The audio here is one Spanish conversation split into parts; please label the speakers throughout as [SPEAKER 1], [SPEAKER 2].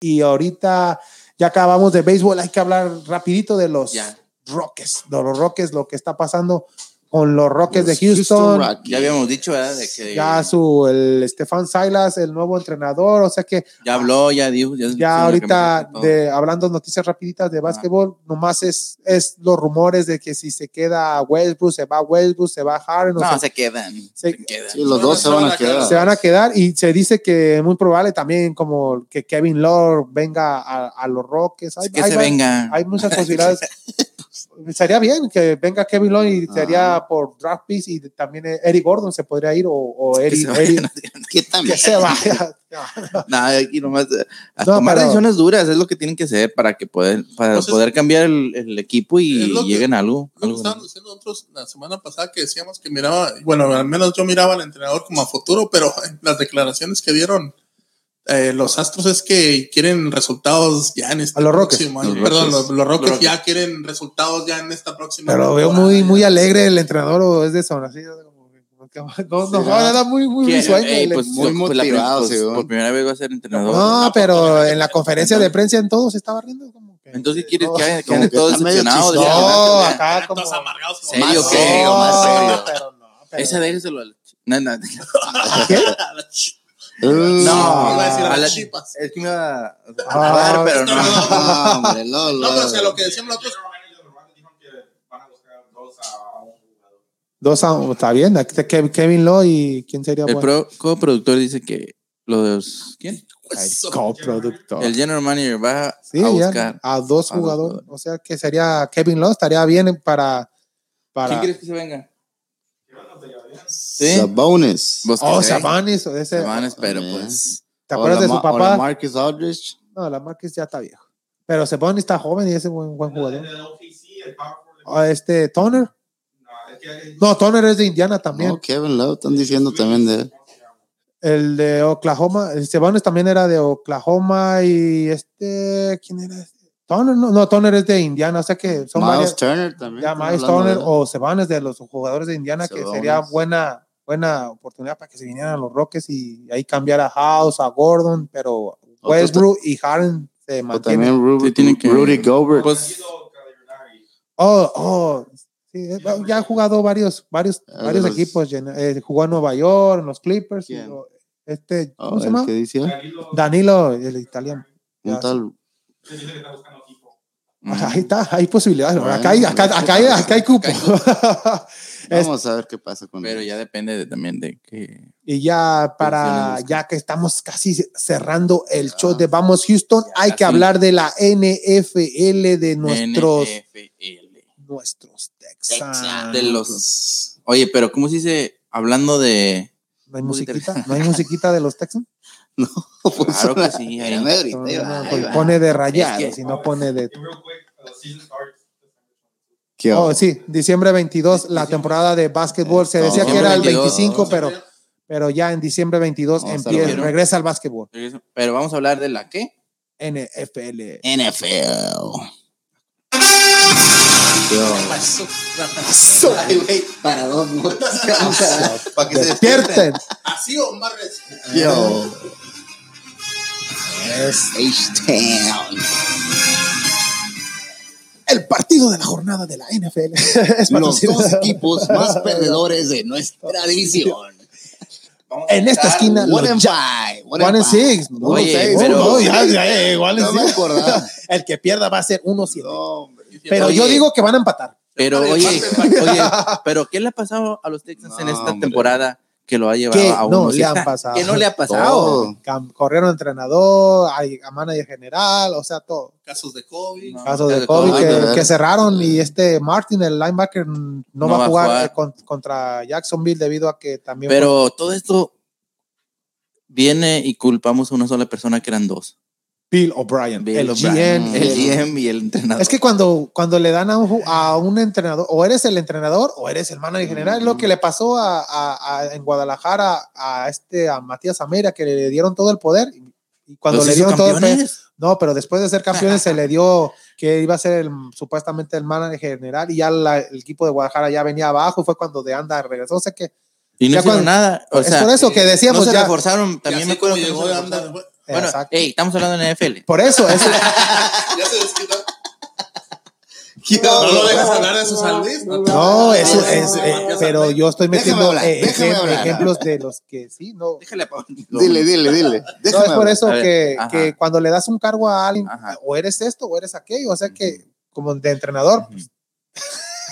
[SPEAKER 1] Y ahorita ya acabamos de béisbol, hay que hablar rapidito de los
[SPEAKER 2] Ya.
[SPEAKER 1] Rockets, de los Rockets, lo que está pasando con los Rockets
[SPEAKER 2] Los
[SPEAKER 1] de Houston.
[SPEAKER 2] Rock- Ya habíamos dicho, ¿verdad? De que
[SPEAKER 1] ya su, el Stefan Silas, el nuevo entrenador, o sea que
[SPEAKER 2] ya habló, ya dijo. Ya,
[SPEAKER 1] ya ahorita
[SPEAKER 2] todo.
[SPEAKER 1] de, hablando noticias rapiditas de básquetbol, nomás es, es los rumores de que si se queda Westbrook, se va Westbrook, se va Harden, o
[SPEAKER 2] No,
[SPEAKER 1] sea,
[SPEAKER 2] se quedan.
[SPEAKER 1] se-
[SPEAKER 2] Se, quedan.
[SPEAKER 3] Sí, los dos se van a quedar.
[SPEAKER 1] se van a quedar y se dice que es muy probable también como que Kevin Love venga a, a los Rockets. Hay,
[SPEAKER 2] que
[SPEAKER 1] hay
[SPEAKER 2] se
[SPEAKER 1] va-
[SPEAKER 2] vengan.
[SPEAKER 1] hay muchas posibilidades. Sería bien que venga Kevin Love y sería por draft picks y también Eric Gordon se podría ir o, o
[SPEAKER 2] Que
[SPEAKER 1] Eric,
[SPEAKER 2] se vayan.
[SPEAKER 1] Eric-
[SPEAKER 3] ¿Qué tan
[SPEAKER 1] que se vaya.
[SPEAKER 2] No, aquí nomás eh, a
[SPEAKER 1] No,
[SPEAKER 2] tomar
[SPEAKER 1] pero-
[SPEAKER 2] decisiones duras es lo que tienen que hacer para que poder, para
[SPEAKER 4] Pues es-
[SPEAKER 2] poder cambiar el, el equipo y
[SPEAKER 4] es lo que-
[SPEAKER 2] lleguen a algo.
[SPEAKER 4] Lo que
[SPEAKER 2] algo, ¿no?
[SPEAKER 4] estábamos diciendo nosotros la semana pasada que decíamos que miraba, bueno, al menos yo miraba al entrenador como a futuro, pero en las declaraciones que dieron eh, los Astros es que quieren resultados ya en este
[SPEAKER 1] A los Rockets.
[SPEAKER 4] próximo año.
[SPEAKER 2] Los
[SPEAKER 4] Perdón,
[SPEAKER 2] Rockets.
[SPEAKER 4] los, los Rockets
[SPEAKER 2] Los
[SPEAKER 4] ya quieren resultados ya en esta próxima.
[SPEAKER 1] Pero veo
[SPEAKER 4] temporada.
[SPEAKER 1] muy, muy alegre el entrenador o es de son así. como que- como que- No, no,
[SPEAKER 3] Sí,
[SPEAKER 1] no,
[SPEAKER 3] ¿no?
[SPEAKER 1] era muy, muy
[SPEAKER 2] Quiere-
[SPEAKER 1] risueño
[SPEAKER 2] ey,
[SPEAKER 1] el-
[SPEAKER 2] pues,
[SPEAKER 3] Muy
[SPEAKER 2] lo- pues, la primera-
[SPEAKER 3] motivado,
[SPEAKER 2] pues,
[SPEAKER 3] según.
[SPEAKER 2] Por primera vez va a ser entrenador.
[SPEAKER 1] no,
[SPEAKER 4] no,
[SPEAKER 1] pero
[SPEAKER 4] porque-
[SPEAKER 1] en la conferencia de prensa en todos estaba riendo. Como que,
[SPEAKER 2] Entonces, ¿quieres
[SPEAKER 1] no,
[SPEAKER 2] que hagan que
[SPEAKER 3] como
[SPEAKER 2] anden
[SPEAKER 3] que
[SPEAKER 2] todos
[SPEAKER 3] está medio
[SPEAKER 2] decepcionados?
[SPEAKER 3] chistoso.
[SPEAKER 1] No,
[SPEAKER 2] Decepcionados,
[SPEAKER 1] acá como.
[SPEAKER 4] Todos amargados.
[SPEAKER 2] ¿Serio
[SPEAKER 3] Más
[SPEAKER 2] que-
[SPEAKER 3] serio, más
[SPEAKER 1] No,
[SPEAKER 3] serio.
[SPEAKER 1] pero no, pero-
[SPEAKER 2] Esa déjeselo a la ch- No, no.
[SPEAKER 1] ¿Qué?
[SPEAKER 2] No,
[SPEAKER 4] iba a decir a
[SPEAKER 2] a la-
[SPEAKER 4] las chipas.
[SPEAKER 2] Es que me iba a
[SPEAKER 1] Ah,
[SPEAKER 2] hablar, pero no.
[SPEAKER 3] No, hombre, no,
[SPEAKER 4] No, pero o sea,
[SPEAKER 3] no.
[SPEAKER 4] lo que decían nosotros.
[SPEAKER 1] Dos a está bien. aquí está Kev- Kevin Lowe y quién sería
[SPEAKER 2] El
[SPEAKER 1] bueno?
[SPEAKER 2] pro- coproductor dice que los. ¿Quién?
[SPEAKER 4] pues,
[SPEAKER 1] Ay, coproductor.
[SPEAKER 2] El general manager va
[SPEAKER 1] Sí,
[SPEAKER 2] a
[SPEAKER 1] ya,
[SPEAKER 2] buscar.
[SPEAKER 1] a dos
[SPEAKER 2] a dos
[SPEAKER 1] jugadores.
[SPEAKER 2] jugadores.
[SPEAKER 1] O sea que sería Kevin Lowe, estaría bien para.
[SPEAKER 2] ¿Quién
[SPEAKER 1] para
[SPEAKER 2] quieres que se venga? Sí.
[SPEAKER 3] Sabonis.
[SPEAKER 2] Busca-
[SPEAKER 1] oh,
[SPEAKER 2] eh,
[SPEAKER 1] Sabanis. o ese-
[SPEAKER 2] Sabanis, pero
[SPEAKER 3] También.
[SPEAKER 2] pues.
[SPEAKER 1] ¿Te acuerdas
[SPEAKER 3] O
[SPEAKER 1] de
[SPEAKER 3] la
[SPEAKER 1] su
[SPEAKER 3] Ma- o la
[SPEAKER 1] papá?
[SPEAKER 3] Marcus Aldridge.
[SPEAKER 1] No, la Marquez ya está viejo. Pero Sabonis está joven y es un buen, buen jugador. Ah, Este, Toner. No, Toner es de Indiana también.
[SPEAKER 3] No, Oh, Kevin Love, están diciendo también de él.
[SPEAKER 1] El de Oklahoma. el Sabonis también era de Oklahoma y este, ¿quién era? este? Toner, no, no, Toner es de Indiana. O sea que son varias.
[SPEAKER 3] Miles Turner también.
[SPEAKER 1] Ya
[SPEAKER 3] están
[SPEAKER 1] Miles
[SPEAKER 3] hablando de
[SPEAKER 1] Turner
[SPEAKER 3] él.
[SPEAKER 1] o Sabonis de los jugadores de Indiana que
[SPEAKER 3] Sabonis.
[SPEAKER 1] sería buena buena oportunidad para que se vinieran a los Rockets y ahí cambiar a House, a Gordon, pero
[SPEAKER 3] ta-
[SPEAKER 1] Westbrook y Harden se
[SPEAKER 3] O
[SPEAKER 1] mantienen.
[SPEAKER 3] también Rudy,
[SPEAKER 2] Sí, tienen que-
[SPEAKER 3] Rudy Gobert.
[SPEAKER 2] Pues,
[SPEAKER 1] Oh, oh, sí, eh, ya ha jugado varios varios
[SPEAKER 3] Ah, de
[SPEAKER 1] varios
[SPEAKER 3] los-
[SPEAKER 1] equipos, llena- eh, jugó en Nueva York, en los Clippers,
[SPEAKER 3] ¿Quién?
[SPEAKER 1] y lo- este,
[SPEAKER 3] Oh,
[SPEAKER 1] ¿cómo se
[SPEAKER 3] el
[SPEAKER 1] llama?
[SPEAKER 3] que dice,
[SPEAKER 1] Danilo, el italiano.
[SPEAKER 3] un
[SPEAKER 1] Ya,
[SPEAKER 3] tal-
[SPEAKER 1] Ahí está, hay posibilidades.
[SPEAKER 3] Bueno,
[SPEAKER 1] acá, hay, acá,
[SPEAKER 3] pues,
[SPEAKER 1] acá hay- acá hay cupo. Es-
[SPEAKER 3] Vamos a ver qué pasa con
[SPEAKER 2] Pero
[SPEAKER 3] él.
[SPEAKER 2] ya depende de- también de que.
[SPEAKER 1] Y ya para,
[SPEAKER 2] Pensiones.
[SPEAKER 1] ya que estamos casi cerrando
[SPEAKER 3] Ah.
[SPEAKER 1] el show de Vamos Houston, hay que
[SPEAKER 2] casi.
[SPEAKER 1] hablar de la NFL de nuestros,
[SPEAKER 2] NFL.
[SPEAKER 1] nuestros Texans.
[SPEAKER 2] De los. Oye, pero ¿cómo se dice? Hablando de.
[SPEAKER 1] ¿No hay musiquita? ¿No hay musiquita de los Texans?
[SPEAKER 3] Pues,
[SPEAKER 1] Pues,
[SPEAKER 2] Claro que sí. ahí.
[SPEAKER 3] Espérame ahorita,
[SPEAKER 1] No,
[SPEAKER 3] ahí va,
[SPEAKER 1] no,
[SPEAKER 3] ahí
[SPEAKER 1] porque
[SPEAKER 3] va.
[SPEAKER 1] pone de rayado,
[SPEAKER 2] Es que-
[SPEAKER 1] si no pone de...
[SPEAKER 3] ¿Qué
[SPEAKER 1] Oh,
[SPEAKER 3] onda?
[SPEAKER 1] sí, diciembre 22, la temporada de básquetbol. Se decía que era el 25, pero, pero ya en diciembre 22
[SPEAKER 3] Vamos a
[SPEAKER 1] empieza,
[SPEAKER 2] ver.
[SPEAKER 1] regresa al básquetbol.
[SPEAKER 2] Pero vamos a hablar de la qué?
[SPEAKER 1] NFL.
[SPEAKER 2] NFL.
[SPEAKER 3] Ay, güey, para dos notas. Vamos a- Para que se
[SPEAKER 1] ¡Despierten!
[SPEAKER 4] Así o más res-
[SPEAKER 3] Yo. H-Town.
[SPEAKER 1] El partido de la jornada de la NFL. es
[SPEAKER 3] Los
[SPEAKER 1] patrocinado.
[SPEAKER 3] dos equipos más perdedores de nuestra división.
[SPEAKER 1] En esta esquina, los
[SPEAKER 3] One and five. One,
[SPEAKER 1] One and
[SPEAKER 3] five.
[SPEAKER 1] six. No,
[SPEAKER 2] Oye,
[SPEAKER 1] seis.
[SPEAKER 2] pero-
[SPEAKER 1] Oh, ya, ya, ya, igual
[SPEAKER 3] No
[SPEAKER 1] es-
[SPEAKER 3] me acordaba.
[SPEAKER 1] El que pierda va a ser 1-7.
[SPEAKER 4] Pero
[SPEAKER 1] pero yo
[SPEAKER 2] Oye.
[SPEAKER 1] digo que van a empatar.
[SPEAKER 2] Pero
[SPEAKER 4] Vale,
[SPEAKER 2] oye,
[SPEAKER 4] parte,
[SPEAKER 2] oye, pero ¿qué le ha pasado a los Texans en
[SPEAKER 3] No,
[SPEAKER 2] esta
[SPEAKER 3] hombre.
[SPEAKER 2] temporada que lo ha llevado
[SPEAKER 1] Que
[SPEAKER 2] a uno?
[SPEAKER 1] no le han pasado.
[SPEAKER 2] Que no le ha pasado.
[SPEAKER 3] Todo.
[SPEAKER 1] Cam- Corrieron entrenador, a- a manager general, o sea, todo.
[SPEAKER 4] casos de COVID.
[SPEAKER 2] No.
[SPEAKER 1] Caso
[SPEAKER 2] El
[SPEAKER 1] de
[SPEAKER 2] de
[SPEAKER 1] COVID
[SPEAKER 3] COVID,
[SPEAKER 1] que,
[SPEAKER 3] ¿verdad?
[SPEAKER 1] que cerraron y este Martin, el linebacker, no, va a jugar, eh, con- contra Jacksonville debido a que también...
[SPEAKER 2] Pero todo esto viene y culpamos a una sola persona que eran dos.
[SPEAKER 1] Bill O'Brien,
[SPEAKER 2] Bill
[SPEAKER 1] el
[SPEAKER 2] O'Brien,
[SPEAKER 1] GM.
[SPEAKER 2] el GM y el entrenador.
[SPEAKER 1] Mm. Es que cuando, cuando le dan a un, ju- a un entrenador, o eres el entrenador o eres el manager general, es lo que le pasó a, a- a- en Guadalajara a este a Matías Ameira, que le dieron todo el poder. Y cuando
[SPEAKER 2] Los
[SPEAKER 1] le
[SPEAKER 2] hizo
[SPEAKER 1] dieron todo pues, el poder,
[SPEAKER 2] campeones.
[SPEAKER 1] no, pero después de ser campeones se le dio que iba a ser el, supuestamente el manager general y ya la- el equipo de Guadalajara ya venía abajo y fue cuando de anda regresó. O sea que
[SPEAKER 2] y no
[SPEAKER 1] ya
[SPEAKER 2] hicieron
[SPEAKER 1] cuando-
[SPEAKER 2] nada. O
[SPEAKER 1] es
[SPEAKER 2] sea,
[SPEAKER 1] por eso que
[SPEAKER 2] no
[SPEAKER 1] decíamos
[SPEAKER 2] se
[SPEAKER 1] ya.
[SPEAKER 2] reforzaron.
[SPEAKER 4] También
[SPEAKER 2] También me acuerdo que no
[SPEAKER 4] llegó
[SPEAKER 2] se
[SPEAKER 4] de
[SPEAKER 2] reforzaron.
[SPEAKER 4] andar.
[SPEAKER 2] Bueno,
[SPEAKER 1] Exacto.
[SPEAKER 2] hey, estamos hablando de NFL.
[SPEAKER 1] Por eso, es,
[SPEAKER 4] Ya se desquitó. No lo dejas hablar de su San Luis. No, te-
[SPEAKER 1] no, eso
[SPEAKER 4] no,
[SPEAKER 1] es,
[SPEAKER 4] no,
[SPEAKER 1] eh,
[SPEAKER 4] no, no,
[SPEAKER 1] pero yo estoy
[SPEAKER 3] Déjame
[SPEAKER 1] metiendo
[SPEAKER 3] hablar,
[SPEAKER 1] eh,
[SPEAKER 3] déjame
[SPEAKER 1] ejem-
[SPEAKER 3] hablar.
[SPEAKER 1] ejemplos de los que sí, no.
[SPEAKER 2] Déjale a Pablo.
[SPEAKER 3] Dile, dile, dile.
[SPEAKER 1] No,
[SPEAKER 3] Déjame
[SPEAKER 1] es por
[SPEAKER 3] hablar.
[SPEAKER 1] eso
[SPEAKER 2] A ver,
[SPEAKER 1] que,
[SPEAKER 2] ajá.
[SPEAKER 1] que cuando le das un cargo a alguien,
[SPEAKER 2] Ajá.
[SPEAKER 1] o eres esto o eres aquello, o sea que como de entrenador,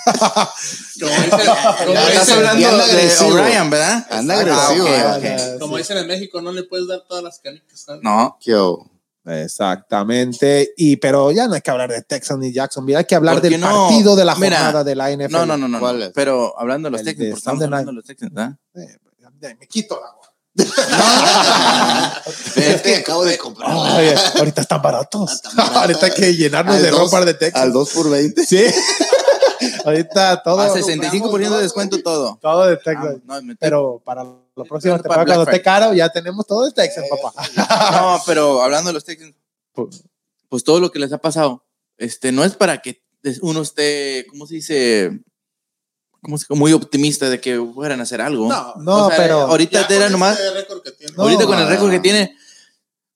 [SPEAKER 4] Como dicen, como
[SPEAKER 3] Ya
[SPEAKER 4] dicen-
[SPEAKER 2] Estás
[SPEAKER 3] anda
[SPEAKER 2] hablando de
[SPEAKER 3] agresivo.
[SPEAKER 2] O'Brien, ¿verdad?
[SPEAKER 3] Anda
[SPEAKER 2] Ah,
[SPEAKER 3] agresivo,
[SPEAKER 2] ok,
[SPEAKER 3] eh.
[SPEAKER 2] ok.
[SPEAKER 4] como dicen en México, no le puedes dar todas las canicas. ¿sabes?
[SPEAKER 2] No,
[SPEAKER 3] ¿Qué hubo?
[SPEAKER 1] Exactamente. Y pero ya no hay que hablar de Texas ni Jackson, mira, hay que hablar
[SPEAKER 2] ¿Por qué
[SPEAKER 1] del
[SPEAKER 2] no?
[SPEAKER 1] partido de la
[SPEAKER 2] Mira,
[SPEAKER 1] jornada de la NFL.
[SPEAKER 2] no, no, no, no,
[SPEAKER 3] ¿Cuál es?
[SPEAKER 2] no. Pero hablando de los
[SPEAKER 1] El
[SPEAKER 2] Texans,
[SPEAKER 1] de
[SPEAKER 2] porque estamos
[SPEAKER 1] Sunday
[SPEAKER 2] hablando de los Texans, ¿verdad?
[SPEAKER 1] Eh, ya me quito la gorra.
[SPEAKER 3] Es que acabo de comprar.
[SPEAKER 1] Ay, ahorita están
[SPEAKER 2] Ah,
[SPEAKER 1] baratos.
[SPEAKER 3] Están baratos.
[SPEAKER 1] ahorita hay que llenarnos
[SPEAKER 3] Al
[SPEAKER 1] de
[SPEAKER 3] dos-
[SPEAKER 1] ropa de Texas.
[SPEAKER 3] Al 2 por 20.
[SPEAKER 1] Sí. ahorita todo
[SPEAKER 2] A 65% de descuento todo.
[SPEAKER 1] todo de Texas.
[SPEAKER 2] Ah, no, me-
[SPEAKER 1] pero para la próxima
[SPEAKER 2] Para
[SPEAKER 1] temporada cuando
[SPEAKER 2] Black
[SPEAKER 1] esté caro ya tenemos todo de Texas, papá.
[SPEAKER 2] No, pero hablando de los Texans,
[SPEAKER 1] Pues-
[SPEAKER 2] pues todo lo que les ha pasado, este, no es para que des- uno esté, ¿cómo se dice? ¿Cómo se- muy optimista de que fueran a hacer algo.
[SPEAKER 4] No,
[SPEAKER 1] No,
[SPEAKER 2] O sea,
[SPEAKER 1] pero
[SPEAKER 2] Ahorita
[SPEAKER 4] Ya
[SPEAKER 2] era
[SPEAKER 4] con
[SPEAKER 2] nomás,
[SPEAKER 4] este récord que tiene.
[SPEAKER 1] No.
[SPEAKER 2] ahorita con el récord que
[SPEAKER 3] Ah.
[SPEAKER 2] tiene,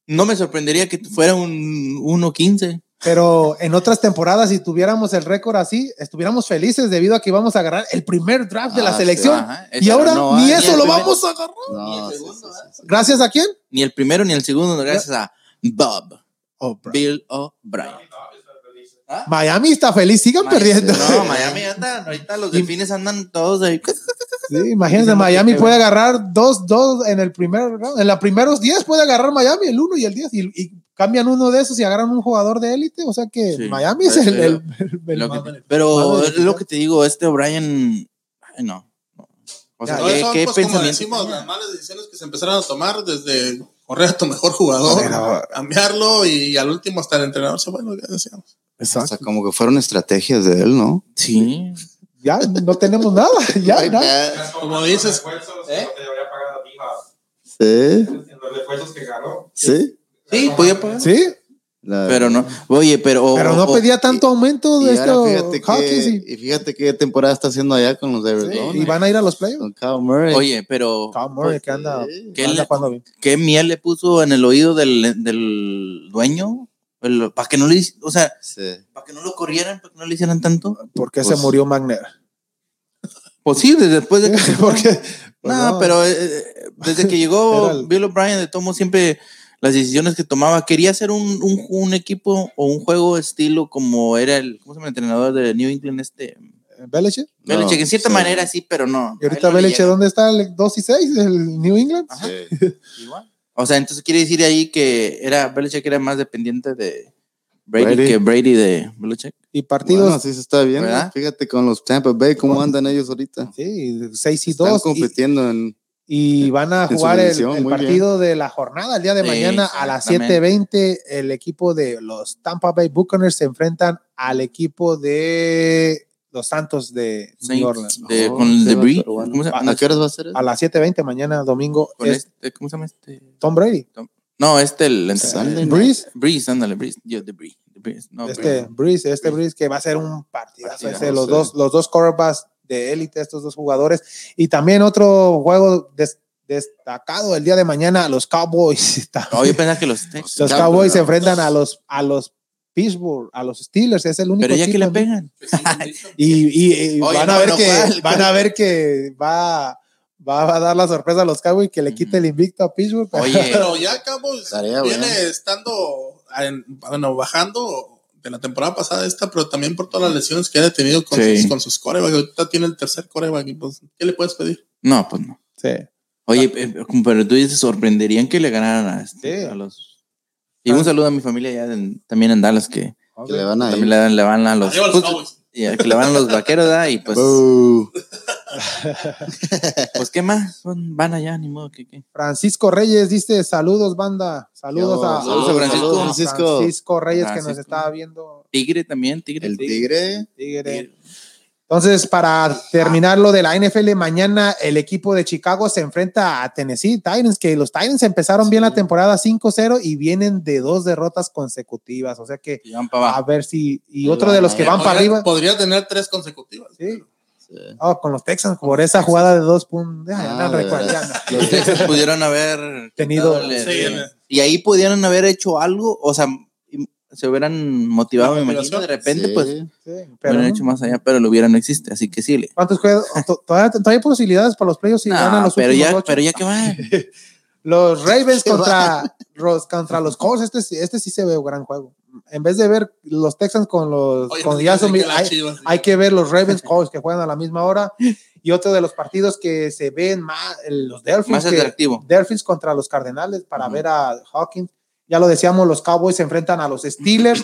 [SPEAKER 2] no me sorprendería que fuera un 1-15.
[SPEAKER 1] Pero en otras temporadas, si tuviéramos el récord así, estuviéramos felices debido a que íbamos a agarrar el primer draft de la
[SPEAKER 3] Ah,
[SPEAKER 1] selección.
[SPEAKER 2] Ajá,
[SPEAKER 1] y
[SPEAKER 2] esa-
[SPEAKER 1] ahora
[SPEAKER 2] no,
[SPEAKER 1] ni
[SPEAKER 2] ah,
[SPEAKER 1] eso
[SPEAKER 2] el
[SPEAKER 1] lo
[SPEAKER 2] primer-
[SPEAKER 1] vamos a agarrar.
[SPEAKER 3] No,
[SPEAKER 4] el
[SPEAKER 3] sí,
[SPEAKER 4] segundo, ¿eh?
[SPEAKER 3] sí,
[SPEAKER 2] ah.
[SPEAKER 3] sí, sí.
[SPEAKER 1] ¿Gracias a quién?
[SPEAKER 2] Ni el primero ni el segundo, gracias a Bob,
[SPEAKER 1] O'Brien.
[SPEAKER 2] Bill O'Brien. ¿Ah?
[SPEAKER 1] Oh, Miami está feliz, sigan
[SPEAKER 2] Miami-
[SPEAKER 1] perdiendo.
[SPEAKER 2] No, Miami anda, ahorita los delfines andan todos ahí.
[SPEAKER 1] Sí, imagínense, Miami puede agarrar dos, dos en el primer round. En los primeros 10 puede agarrar Miami, el 1 y el 10. Y, y cambian uno de esos y agarran un jugador de élite. O sea que
[SPEAKER 2] Sí.
[SPEAKER 1] Miami es el. el- el- el-
[SPEAKER 2] Lo que-
[SPEAKER 4] madre.
[SPEAKER 2] pero
[SPEAKER 1] Madre
[SPEAKER 2] es
[SPEAKER 1] de
[SPEAKER 2] lo
[SPEAKER 1] Dios.
[SPEAKER 2] que te digo, este O'Brien, ay, no. no. O sea,
[SPEAKER 1] Ya,
[SPEAKER 4] Todos
[SPEAKER 2] ¿qué,
[SPEAKER 4] son,
[SPEAKER 2] qué
[SPEAKER 4] pues, como
[SPEAKER 2] pensamiento?
[SPEAKER 4] decimos, las malas decisiones que se empezaron a tomar desde correr a tu mejor jugador,
[SPEAKER 1] Pero-
[SPEAKER 4] cambiarlo y al último hasta el entrenador se bueno, ya decíamos.
[SPEAKER 3] O sea, como que fueron estrategias de él, ¿no?
[SPEAKER 2] Sí.
[SPEAKER 1] Ya no tenemos nada. Ya,
[SPEAKER 3] Ay,
[SPEAKER 1] nada.
[SPEAKER 3] ya.
[SPEAKER 4] Como dices,
[SPEAKER 2] ¿Eh?
[SPEAKER 3] Sí,
[SPEAKER 5] los refuerzos que ganó.
[SPEAKER 3] sí.
[SPEAKER 2] Sí, podía pagar.
[SPEAKER 1] Sí,
[SPEAKER 3] La-
[SPEAKER 2] Pero no. Oye, pero.
[SPEAKER 1] pero no
[SPEAKER 2] o-
[SPEAKER 1] pedía tanto aumento
[SPEAKER 3] Y
[SPEAKER 1] de
[SPEAKER 3] ahora
[SPEAKER 1] esto.
[SPEAKER 3] fíjate
[SPEAKER 1] Hawkins
[SPEAKER 3] que, y fíjate qué temporada está haciendo allá con los de
[SPEAKER 1] y,
[SPEAKER 3] Arizona.
[SPEAKER 1] y van a ir a los playoffs.
[SPEAKER 3] Con Kyle Murray.
[SPEAKER 2] Oye, pero.
[SPEAKER 1] Kyle Murray, que anda,
[SPEAKER 3] Sí.
[SPEAKER 2] ¿Qué,
[SPEAKER 1] anda
[SPEAKER 2] le-
[SPEAKER 1] jugando bien.
[SPEAKER 2] qué miel le puso en el oído del, del dueño? Para que no le. hic- O sea,
[SPEAKER 3] Sí.
[SPEAKER 2] para que no lo corrieran, para que no le hicieran tanto.
[SPEAKER 1] ¿Por qué
[SPEAKER 3] Pues-
[SPEAKER 1] se murió Magner?
[SPEAKER 2] Posible, después de que.
[SPEAKER 1] Porque.
[SPEAKER 2] no, pero eh, desde que
[SPEAKER 1] Era
[SPEAKER 2] llegó
[SPEAKER 1] el-
[SPEAKER 2] Bill O'Brien, de tomo siempre las decisiones que tomaba. Quería hacer un, un, un equipo o un juego estilo como era el, ¿cómo se llama? el entrenador de New England, este.
[SPEAKER 1] Belichick.
[SPEAKER 3] No,
[SPEAKER 2] Belichick, en cierta
[SPEAKER 3] sí.
[SPEAKER 2] manera sí, pero no.
[SPEAKER 1] Y ahorita
[SPEAKER 2] A él no le
[SPEAKER 1] Belichick,
[SPEAKER 2] llega.
[SPEAKER 1] ¿dónde está el 2 y 6 del New England?
[SPEAKER 2] Ajá.
[SPEAKER 3] Sí.
[SPEAKER 2] Igual. O sea, entonces quiere decir ahí que era Belichick era más dependiente de Brady,
[SPEAKER 3] Brady.
[SPEAKER 2] que Brady de Belichick.
[SPEAKER 1] Y partidos.
[SPEAKER 3] Bueno, sí se está viendo.
[SPEAKER 2] ¿Verdad?
[SPEAKER 3] Fíjate con los Tampa Bay, cómo andan ellos ahorita.
[SPEAKER 1] Sí, 6 y
[SPEAKER 3] Están
[SPEAKER 1] 2. Y,
[SPEAKER 3] compitiendo en.
[SPEAKER 1] y van a
[SPEAKER 3] en su
[SPEAKER 1] jugar el,
[SPEAKER 3] división,
[SPEAKER 1] el
[SPEAKER 3] muy
[SPEAKER 1] partido de la jornada el día de
[SPEAKER 2] Sí,
[SPEAKER 1] mañana a las
[SPEAKER 2] exactamente.
[SPEAKER 1] 7:20. El equipo de los Tampa Bay Buccaneers se enfrentan al equipo de los Santos de New Orleans.
[SPEAKER 2] Saints, de-
[SPEAKER 3] Oh,
[SPEAKER 2] con el
[SPEAKER 3] sí,
[SPEAKER 2] de
[SPEAKER 3] va a
[SPEAKER 2] Bree.
[SPEAKER 3] estar bueno.
[SPEAKER 2] ¿Cómo se llama?
[SPEAKER 3] ¿A qué horas va a ser?
[SPEAKER 1] A las 7:20 mañana domingo
[SPEAKER 2] Con
[SPEAKER 1] es
[SPEAKER 2] este- ¿Cómo se llama este?
[SPEAKER 1] Tom Brady.
[SPEAKER 2] No, este el
[SPEAKER 3] Sunday
[SPEAKER 2] entrenador.
[SPEAKER 3] night.
[SPEAKER 1] Breeze,
[SPEAKER 2] Breeze, ándale, Breeze. Yo, de Bree. de Breeze, no,
[SPEAKER 1] este
[SPEAKER 2] Breeze.
[SPEAKER 1] Breeze, este Breeze que va a ser un partidazo.
[SPEAKER 2] Partidazo,
[SPEAKER 1] este, los,
[SPEAKER 3] sí.
[SPEAKER 1] dos, los dos quarterbacks de élite, estos dos jugadores. Y también otro juego des- destacado el día de mañana, los Cowboys.
[SPEAKER 2] No, Oh, yo pensaba que los Texans.
[SPEAKER 1] Los
[SPEAKER 3] Ya,
[SPEAKER 1] Cowboys se
[SPEAKER 3] pero-
[SPEAKER 1] enfrentan a los, a los Pittsburgh, a los Steelers, es el único
[SPEAKER 2] Pero ya que
[SPEAKER 1] equipo
[SPEAKER 2] le
[SPEAKER 1] en-
[SPEAKER 2] pegan.
[SPEAKER 1] Y, y- y
[SPEAKER 2] Oye,
[SPEAKER 1] van, a ver
[SPEAKER 2] bueno,
[SPEAKER 1] que,
[SPEAKER 2] ¿cuál?
[SPEAKER 1] van a ver que va, va a dar la sorpresa a los Cowboys que le quite el invicto a Pittsburgh.
[SPEAKER 2] Oye,
[SPEAKER 4] pero ya acabó
[SPEAKER 2] Ah,
[SPEAKER 3] Tarea,
[SPEAKER 4] viene
[SPEAKER 3] buena.
[SPEAKER 4] estando, en- bueno, bajando de la temporada pasada esta, pero también por todas las lesiones que ha tenido con
[SPEAKER 2] Sí.
[SPEAKER 4] sus, con sus corebacks. Ahorita tiene el tercer coreback y pues, ¿qué le puedes pedir?
[SPEAKER 2] no, pues no.
[SPEAKER 1] Sí.
[SPEAKER 2] Oye, eh, pero tú dices, sorprenderían que le ganaran a, este-
[SPEAKER 1] Sí. Ah.
[SPEAKER 2] a los. Y un saludo a mi familia ya en- también en Dallas que
[SPEAKER 3] Que le van a
[SPEAKER 2] también
[SPEAKER 3] ir.
[SPEAKER 2] le, dan- le van a los.
[SPEAKER 4] Arriba los Cowboys.
[SPEAKER 2] y a- que le van a los vaqueros, ¿verdad? Y pues.
[SPEAKER 3] Boo.
[SPEAKER 2] Pues qué más, Son- van allá, ni modo que qué.
[SPEAKER 1] Francisco Reyes dice saludos banda, saludos
[SPEAKER 3] Yo,
[SPEAKER 1] a,
[SPEAKER 2] saludos a Francisco.
[SPEAKER 1] a Francisco.
[SPEAKER 3] Francisco
[SPEAKER 1] Reyes que nos
[SPEAKER 2] Francisco.
[SPEAKER 1] está viendo.
[SPEAKER 2] Tigre también, tigre.
[SPEAKER 3] El Tigre.
[SPEAKER 1] Tigre. Entonces, para terminar lo de la NFL, mañana el equipo de Chicago se enfrenta a Tennessee Titans, que los Titans empezaron bien la temporada 5-0 y vienen de dos derrotas consecutivas. O sea que
[SPEAKER 2] Y van para
[SPEAKER 1] a
[SPEAKER 2] abajo.
[SPEAKER 1] ver si. Y otro de los que van para
[SPEAKER 4] Podría-
[SPEAKER 1] arriba.
[SPEAKER 4] Podría tener tres consecutivas.
[SPEAKER 1] Sí. Oh, con los Texans, por esa jugada de dos puntos.
[SPEAKER 3] Ah,
[SPEAKER 1] Ya no
[SPEAKER 3] de
[SPEAKER 1] recuerdo,
[SPEAKER 3] veras.
[SPEAKER 1] ya no.
[SPEAKER 2] Los Texans pudieron haber
[SPEAKER 1] Ah, pues, Tenido-
[SPEAKER 2] quitado el-
[SPEAKER 4] Sí,
[SPEAKER 2] el-
[SPEAKER 4] el-
[SPEAKER 2] y ahí pudieron haber hecho algo, o sea, im- se hubieran motivado,
[SPEAKER 4] La
[SPEAKER 2] me imagino,
[SPEAKER 4] motivación.
[SPEAKER 2] de repente,
[SPEAKER 3] Sí.
[SPEAKER 2] pues,
[SPEAKER 1] Sí, pero
[SPEAKER 2] hubieran
[SPEAKER 1] no.
[SPEAKER 2] hecho más allá, pero lo hubiera no existe, así que sí. Le,
[SPEAKER 1] ¿Cuántos juegos? To- Todavía, todavía hay posibilidades para los playoffs si
[SPEAKER 2] No,
[SPEAKER 1] ganan los
[SPEAKER 2] pero,
[SPEAKER 1] últimos
[SPEAKER 2] ya,
[SPEAKER 1] ocho.
[SPEAKER 2] pero ya que va.
[SPEAKER 1] Los Ravens
[SPEAKER 3] Qué
[SPEAKER 1] contra los, contra los Colts, este, sí- este sí se ve un gran juego. En vez de ver los Texans con los
[SPEAKER 4] Oye,
[SPEAKER 1] pues, con
[SPEAKER 4] pensé
[SPEAKER 1] Jacksonville,
[SPEAKER 4] que las
[SPEAKER 1] hay,
[SPEAKER 4] Chivas,
[SPEAKER 1] hay que ver los Ravens Colts que juegan a la misma hora y otro de los partidos que se ven más los Delphins
[SPEAKER 2] Más
[SPEAKER 1] que-
[SPEAKER 2] atractivo.
[SPEAKER 1] Delphins contra los Cardenales para
[SPEAKER 2] Ujú.
[SPEAKER 1] ver a Hawkins. Ya lo decíamos, los Cowboys se enfrentan a los Steelers.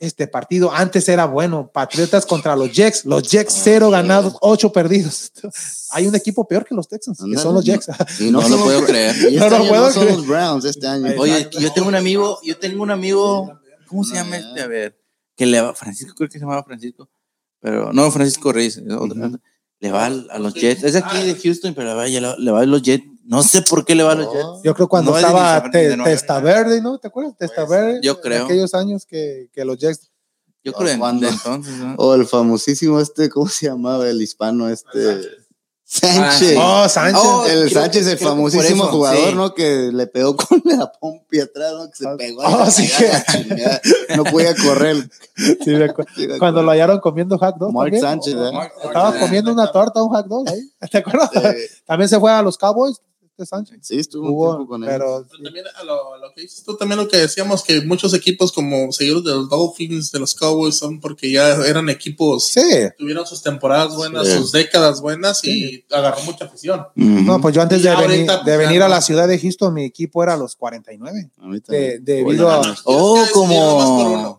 [SPEAKER 1] Este partido antes era bueno, Patriotas contra los Jets, los Jets cero ganados, ocho perdidos. Hay un equipo peor que los Texans, que
[SPEAKER 3] Ándale,
[SPEAKER 1] son los
[SPEAKER 3] no.
[SPEAKER 1] Jets.
[SPEAKER 3] Y
[SPEAKER 2] No, lo
[SPEAKER 3] somos-
[SPEAKER 2] puedo creer.
[SPEAKER 3] Y este
[SPEAKER 1] No lo
[SPEAKER 3] año
[SPEAKER 1] puedo
[SPEAKER 3] no son
[SPEAKER 1] creer.
[SPEAKER 3] los Browns este año.
[SPEAKER 2] Oye, yo tengo un amigo, yo tengo un amigo, ¿cómo se
[SPEAKER 3] No,
[SPEAKER 2] llama
[SPEAKER 3] ya.
[SPEAKER 2] este? A ver, que le va, Francisco, creo que se llamaba Francisco, pero no, Francisco Reyes, es otro.
[SPEAKER 3] Ujú.
[SPEAKER 2] le va al- a los
[SPEAKER 4] Sí.
[SPEAKER 2] Jets, es aquí
[SPEAKER 4] Ah.
[SPEAKER 2] de Houston, pero vaya, le, le va a los Jets, no sé por qué le va a
[SPEAKER 3] Oh,
[SPEAKER 2] los Jets.
[SPEAKER 1] Yo creo cuando
[SPEAKER 2] No es de
[SPEAKER 1] estaba
[SPEAKER 2] Nueva-
[SPEAKER 1] Te-
[SPEAKER 2] de Nueva
[SPEAKER 1] Testa
[SPEAKER 2] York.
[SPEAKER 1] Verde, ¿no? ¿Te acuerdas? Testa Verde.
[SPEAKER 2] yo
[SPEAKER 1] en
[SPEAKER 2] creo.
[SPEAKER 1] Aquellos años que, que los Jets.
[SPEAKER 2] Yo creo que
[SPEAKER 3] ¿Cuándo?
[SPEAKER 2] de entonces, ¿no?
[SPEAKER 3] O el famosísimo este, ¿cómo se llamaba el hispano este? Sánchez.
[SPEAKER 1] Oh, Sánchez.
[SPEAKER 2] Oh,
[SPEAKER 3] el
[SPEAKER 2] creo-
[SPEAKER 3] Sánchez,
[SPEAKER 2] creo
[SPEAKER 3] el
[SPEAKER 2] que por
[SPEAKER 3] famosísimo
[SPEAKER 2] eso,
[SPEAKER 3] jugador,
[SPEAKER 2] sí.
[SPEAKER 3] ¿no? Que le pegó con la pompi atrás, ¿no? Que se
[SPEAKER 1] Ah,
[SPEAKER 3] pegó.
[SPEAKER 1] ah,
[SPEAKER 3] a la
[SPEAKER 1] sí.
[SPEAKER 3] chingada, chingada. No podía correr.
[SPEAKER 1] Sí, me acuerdo.
[SPEAKER 3] Sí, me
[SPEAKER 1] cuando
[SPEAKER 3] acuerdo.
[SPEAKER 1] lo hallaron comiendo hot dog.
[SPEAKER 3] Oh. Mark
[SPEAKER 1] también.
[SPEAKER 3] Sánchez, ¿eh?
[SPEAKER 4] Mark-
[SPEAKER 1] Estaba
[SPEAKER 4] Mark-
[SPEAKER 1] comiendo una torta, un hot dog ahí. ¿Te acuerdas?
[SPEAKER 3] Sí,
[SPEAKER 1] También se fue a los Cowboys, este Sánchez.
[SPEAKER 3] Este, Sí, estuvo un
[SPEAKER 1] Hubo,
[SPEAKER 3] tiempo con él.
[SPEAKER 1] pero
[SPEAKER 4] Pero
[SPEAKER 1] sí.
[SPEAKER 4] También a lo, a lo que dices tú, también lo que decíamos, que muchos equipos como seguidores de los Dolphins, de los Cowboys, son porque ya eran equipos,
[SPEAKER 1] Sí.
[SPEAKER 4] tuvieron sus temporadas buenas,
[SPEAKER 3] Sí.
[SPEAKER 4] sus décadas buenas y agarró mucha afición.
[SPEAKER 3] Ujú.
[SPEAKER 1] No, pues yo antes
[SPEAKER 4] Y
[SPEAKER 1] de,
[SPEAKER 4] ya
[SPEAKER 1] venir,
[SPEAKER 4] ahorita,
[SPEAKER 1] de
[SPEAKER 4] pues, ya
[SPEAKER 1] venir a
[SPEAKER 4] no.
[SPEAKER 1] la ciudad de Houston, mi equipo era los 49.
[SPEAKER 3] A mí
[SPEAKER 1] De,
[SPEAKER 3] también.
[SPEAKER 1] debido
[SPEAKER 3] Oye,
[SPEAKER 1] a,
[SPEAKER 3] no, no.
[SPEAKER 2] Oh,
[SPEAKER 4] Es que decidieron más por
[SPEAKER 2] como.
[SPEAKER 4] uno.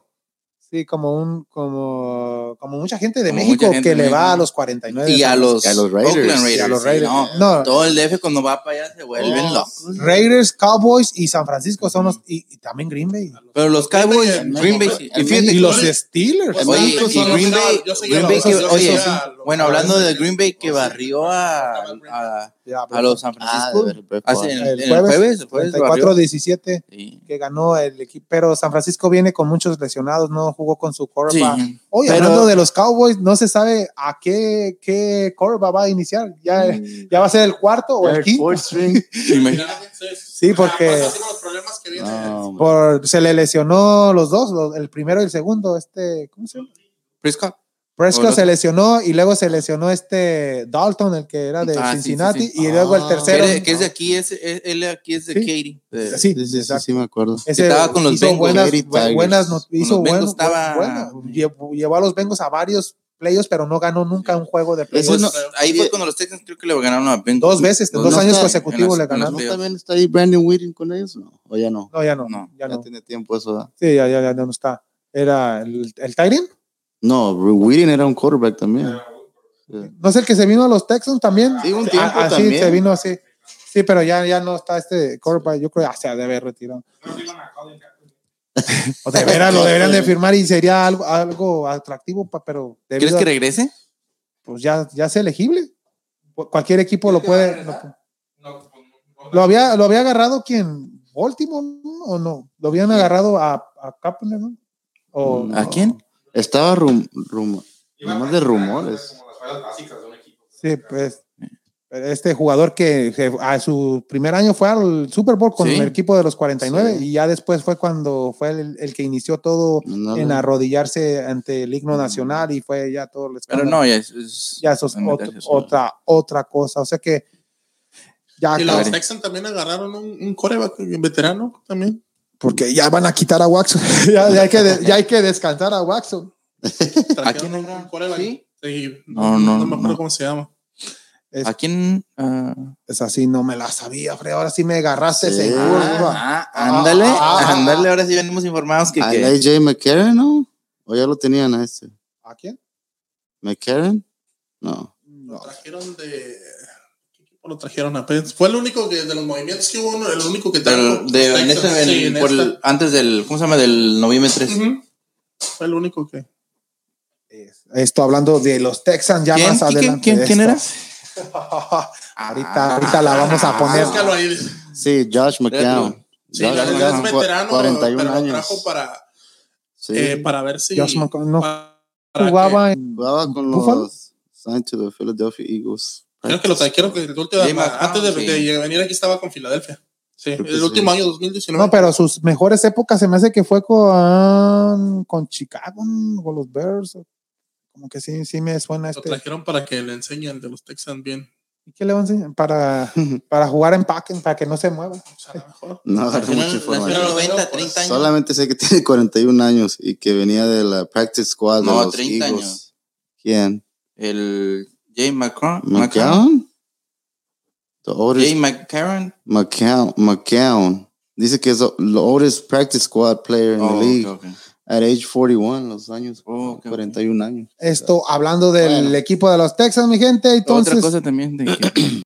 [SPEAKER 1] sí, como un, como, como mucha gente de
[SPEAKER 2] Como
[SPEAKER 1] México
[SPEAKER 2] mucha gente
[SPEAKER 1] que
[SPEAKER 2] de
[SPEAKER 1] le va
[SPEAKER 2] México.
[SPEAKER 1] a los 49.
[SPEAKER 2] Y a los,
[SPEAKER 3] Y a los Raiders.
[SPEAKER 2] Oakland
[SPEAKER 3] Y
[SPEAKER 1] a oh, los
[SPEAKER 2] sí,
[SPEAKER 1] Raiders.
[SPEAKER 2] no.
[SPEAKER 1] No,
[SPEAKER 2] Todo el DF cuando va para allá se vuelven
[SPEAKER 4] Oh,
[SPEAKER 2] locos.
[SPEAKER 1] Raiders, Cowboys y San Francisco son los, y, y también Green Bay.
[SPEAKER 2] Pero los Cowboys, Green Bay, sí. y fíjate,
[SPEAKER 1] Y los
[SPEAKER 4] Oye,
[SPEAKER 1] Steelers.
[SPEAKER 4] Pues
[SPEAKER 2] Oye,
[SPEAKER 4] tantos
[SPEAKER 2] y
[SPEAKER 4] son los
[SPEAKER 2] Green
[SPEAKER 4] Cowboys,
[SPEAKER 2] Bay-
[SPEAKER 4] yo sé que
[SPEAKER 2] Green
[SPEAKER 4] los-
[SPEAKER 2] Bay que-
[SPEAKER 4] yo sé
[SPEAKER 2] oye,
[SPEAKER 4] que
[SPEAKER 2] sí.
[SPEAKER 4] a los
[SPEAKER 2] bueno,
[SPEAKER 4] Cowboys-
[SPEAKER 2] hablando de Green Bay que
[SPEAKER 4] Oh, sí.
[SPEAKER 2] barrió a, a,
[SPEAKER 1] Ya, pues,
[SPEAKER 2] a los San
[SPEAKER 3] Ah,
[SPEAKER 2] Francisco
[SPEAKER 3] de ver, ver,
[SPEAKER 2] hace en,
[SPEAKER 1] el,
[SPEAKER 2] en el
[SPEAKER 1] jueves,
[SPEAKER 2] jueves,
[SPEAKER 4] pues,
[SPEAKER 2] el jueves barrió.
[SPEAKER 1] 34-17
[SPEAKER 2] Sí.
[SPEAKER 1] que ganó el equipo, pero San Francisco viene con muchos lesionados, no jugó con su
[SPEAKER 2] Sí.
[SPEAKER 1] quarterback. Oye,
[SPEAKER 2] Pero-
[SPEAKER 1] hablando de los Cowboys, no se sabe a qué, qué quarterback va a iniciar. Ya, ya va a ser el cuarto o Mm. el
[SPEAKER 3] El
[SPEAKER 1] quinto.
[SPEAKER 3] fourth string.
[SPEAKER 2] Imagínate.
[SPEAKER 1] Sí, porque-
[SPEAKER 4] Ah, pues, así con los problemas que vienen.
[SPEAKER 3] No, hombre.
[SPEAKER 1] Por, se le lesionó los dos, los- el primero y el segundo. Este, ¿cómo se llama?
[SPEAKER 2] Prescott.
[SPEAKER 1] Prescott
[SPEAKER 2] Hola.
[SPEAKER 1] se lesionó y luego se lesionó este Dalton, el que era de
[SPEAKER 2] Ah, sí, sí,
[SPEAKER 1] Cincinnati,
[SPEAKER 2] sí.
[SPEAKER 1] y luego el
[SPEAKER 3] Ah.
[SPEAKER 2] Que
[SPEAKER 1] tercero.
[SPEAKER 2] es de- que es de aquí, es, es- él aquí es de
[SPEAKER 1] Sí.
[SPEAKER 2] Katy. De-
[SPEAKER 1] Sí,
[SPEAKER 3] Sí, sí, sí,
[SPEAKER 1] exacto.
[SPEAKER 3] sí, me acuerdo.
[SPEAKER 1] Ese
[SPEAKER 2] estaba con los
[SPEAKER 1] hizo
[SPEAKER 2] Bengals,
[SPEAKER 1] buenas,
[SPEAKER 3] Lady
[SPEAKER 1] bu-
[SPEAKER 3] Tigers.
[SPEAKER 1] buenas not- hizo
[SPEAKER 2] los Bengals
[SPEAKER 1] buenas-
[SPEAKER 2] estaba-
[SPEAKER 1] bueno, llevó, llevó a los Bengals a varios playoffs, pero no ganó nunca un juego de playoffs.
[SPEAKER 3] Eso no-
[SPEAKER 2] Pues, Ahí fue cuando los Texans creo que le ganaron a Bengals.
[SPEAKER 1] dos veces,
[SPEAKER 3] no,
[SPEAKER 1] dos
[SPEAKER 3] no
[SPEAKER 1] años
[SPEAKER 3] está-
[SPEAKER 1] consecutivos le
[SPEAKER 2] en las- en las
[SPEAKER 1] ganaron.
[SPEAKER 3] ¿No
[SPEAKER 2] Mateo.
[SPEAKER 3] también está ahí Brandon Whitting con ellos? No, o ya no.
[SPEAKER 1] No, ya no,
[SPEAKER 2] No,
[SPEAKER 1] ya
[SPEAKER 3] Ya
[SPEAKER 1] no.
[SPEAKER 3] tiene tiempo eso. ¿verdad?
[SPEAKER 1] Sí, ya, ya, ya no está. Era el, el Tyrion.
[SPEAKER 3] No, Whitting era un quarterback también.
[SPEAKER 1] ¿No es el que se vino a los Texans también?
[SPEAKER 3] Sí, un tiempo
[SPEAKER 1] Ah, ah, sí,
[SPEAKER 3] también.
[SPEAKER 1] se vino así. Sí, pero ya, ya no está este quarterback. Yo creo que ya se ha de haber retirado. O de veras, lo deberían de firmar y sería algo, algo atractivo, pa- pero
[SPEAKER 2] ¿Quieres
[SPEAKER 1] debido
[SPEAKER 2] que
[SPEAKER 1] a-
[SPEAKER 2] regrese?
[SPEAKER 1] pues ya, ya es elegible. Cu- Cualquier equipo lo
[SPEAKER 5] que va a
[SPEAKER 1] puede. Lo,
[SPEAKER 5] regresar? No, pues, no,
[SPEAKER 1] lo había, lo había agarrado quien? ¿Baltimore no? o no? ¿Lo habían agarrado a, a Kaepernick, no? O,
[SPEAKER 3] No.
[SPEAKER 2] ¿A quién?
[SPEAKER 3] Estaba rum, rum- nomás de rumores.
[SPEAKER 5] Como las fallas básicas de un equipo.
[SPEAKER 1] Sí, pues. Este jugador que, que a su primer año fue al Super Bowl con
[SPEAKER 2] Sí.
[SPEAKER 1] el equipo de los 49
[SPEAKER 3] Sí.
[SPEAKER 1] y ya después fue cuando fue el, el que inició todo
[SPEAKER 3] No,
[SPEAKER 1] en
[SPEAKER 3] no.
[SPEAKER 1] arrodillarse ante el himno
[SPEAKER 3] Mm.
[SPEAKER 1] nacional y fue ya todo el
[SPEAKER 2] Pero
[SPEAKER 1] escándalo.
[SPEAKER 2] no, ya es. es-
[SPEAKER 1] ya eso es
[SPEAKER 2] bueno,
[SPEAKER 1] ot-
[SPEAKER 2] es-
[SPEAKER 1] otra, otra cosa. O sea que ya
[SPEAKER 4] Y
[SPEAKER 1] acabaron,
[SPEAKER 4] los Texans también agarraron un, un coreback veterano también.
[SPEAKER 1] porque ya van a quitar a Watson. ya, ya hay que de- ya hay que descansar a Watson.
[SPEAKER 2] ¿A quién
[SPEAKER 4] Trajeron
[SPEAKER 2] era?
[SPEAKER 4] un quarterback.
[SPEAKER 2] ¿Sí?
[SPEAKER 4] Sí,
[SPEAKER 2] No,
[SPEAKER 4] no,
[SPEAKER 2] no,
[SPEAKER 4] me
[SPEAKER 2] no.
[SPEAKER 4] acuerdo cómo se llama.
[SPEAKER 1] Es,
[SPEAKER 2] ¿A quién? Ah,
[SPEAKER 1] es así, no me la sabía, Fred. Ahora sí me agarraste
[SPEAKER 3] Sí.
[SPEAKER 1] seguro. iba.
[SPEAKER 2] ah, ándale,
[SPEAKER 1] Ah, ah, ah,
[SPEAKER 2] ándale, ahora sí venimos informados que.
[SPEAKER 3] Ah, ¿A
[SPEAKER 2] que-
[SPEAKER 3] AJ McCarron, no? ¿O ya lo tenían a este?
[SPEAKER 1] ¿A quién?
[SPEAKER 3] ¿McCarron? No.
[SPEAKER 4] Lo
[SPEAKER 1] No.
[SPEAKER 4] trajeron de. ¿Qué equipo lo trajeron a Pence? Fue el único que de los movimientos que hubo, el único que
[SPEAKER 2] del-
[SPEAKER 4] los
[SPEAKER 2] de- en
[SPEAKER 4] Texans.
[SPEAKER 2] este- en-
[SPEAKER 4] Sí, en
[SPEAKER 2] por el-
[SPEAKER 4] esta.
[SPEAKER 2] antes del, ¿cómo se llama? Del noviembre 3.
[SPEAKER 4] Ujú. Fue el único que.
[SPEAKER 1] Es- Esto hablando de los Texans ya
[SPEAKER 2] ¿Quién?
[SPEAKER 1] más
[SPEAKER 2] ¿Quién?
[SPEAKER 1] adelante.
[SPEAKER 2] ¿Quién? ¿Quién era?
[SPEAKER 1] ahorita, ahorita la vamos a poner.
[SPEAKER 4] Búscalo ahí.
[SPEAKER 3] Sí, Josh McCown.
[SPEAKER 4] Sí,
[SPEAKER 2] Ya,
[SPEAKER 4] la
[SPEAKER 2] ya,
[SPEAKER 4] verdad
[SPEAKER 2] ya,
[SPEAKER 4] es veterano,
[SPEAKER 3] 41
[SPEAKER 4] pero lo
[SPEAKER 3] años.
[SPEAKER 4] trajo para,
[SPEAKER 3] Sí.
[SPEAKER 4] eh, para ver si.
[SPEAKER 1] Josh McCown no
[SPEAKER 4] para- para
[SPEAKER 1] jugaba en
[SPEAKER 3] Jugaba con los.
[SPEAKER 1] ¿Buffalo?
[SPEAKER 3] signed to the Philadelphia Eagles.
[SPEAKER 4] Creo que lo quiero que el último
[SPEAKER 2] Jay McCown,
[SPEAKER 4] antes de,
[SPEAKER 2] sí.
[SPEAKER 4] de venir aquí estaba con Filadelfia. Sí,
[SPEAKER 3] Creo que
[SPEAKER 4] el
[SPEAKER 3] sí.
[SPEAKER 4] último año 2019.
[SPEAKER 1] No, pero sus mejores épocas se me hace que fue con, con Chicago, con los Bears. Como que sí, sí me suena
[SPEAKER 4] Lo
[SPEAKER 1] este.
[SPEAKER 4] trajeron para que le enseñen de los Texans bien.
[SPEAKER 1] ¿Y qué le van a enseñar? Para, para jugar en packing, para que no se mueva.
[SPEAKER 4] O sea, a lo mejor.
[SPEAKER 3] No agarré
[SPEAKER 2] Nació en
[SPEAKER 3] mucha
[SPEAKER 2] el- nació en el
[SPEAKER 3] información.
[SPEAKER 2] 90, 30 años.
[SPEAKER 3] Solamente sé que tiene 41 años y que venía de la practice squad
[SPEAKER 2] No,
[SPEAKER 3] de los
[SPEAKER 2] 30
[SPEAKER 3] Eagles.
[SPEAKER 2] años.
[SPEAKER 3] ¿Quién?
[SPEAKER 2] El Jay McCown.
[SPEAKER 3] McCown? The
[SPEAKER 2] Jay
[SPEAKER 3] oldest
[SPEAKER 2] McCarron.
[SPEAKER 3] McCown, McCown. Dice que es the oldest practice squad player in
[SPEAKER 2] Oh,
[SPEAKER 3] the league
[SPEAKER 2] ok, ok.
[SPEAKER 3] at age 41, los años
[SPEAKER 2] Oh, ok, ok.
[SPEAKER 3] 41 años.
[SPEAKER 1] Esto hablando del
[SPEAKER 3] Bueno.
[SPEAKER 1] equipo de los Texans, mi gente. Entonces,
[SPEAKER 2] Otra cosa también de que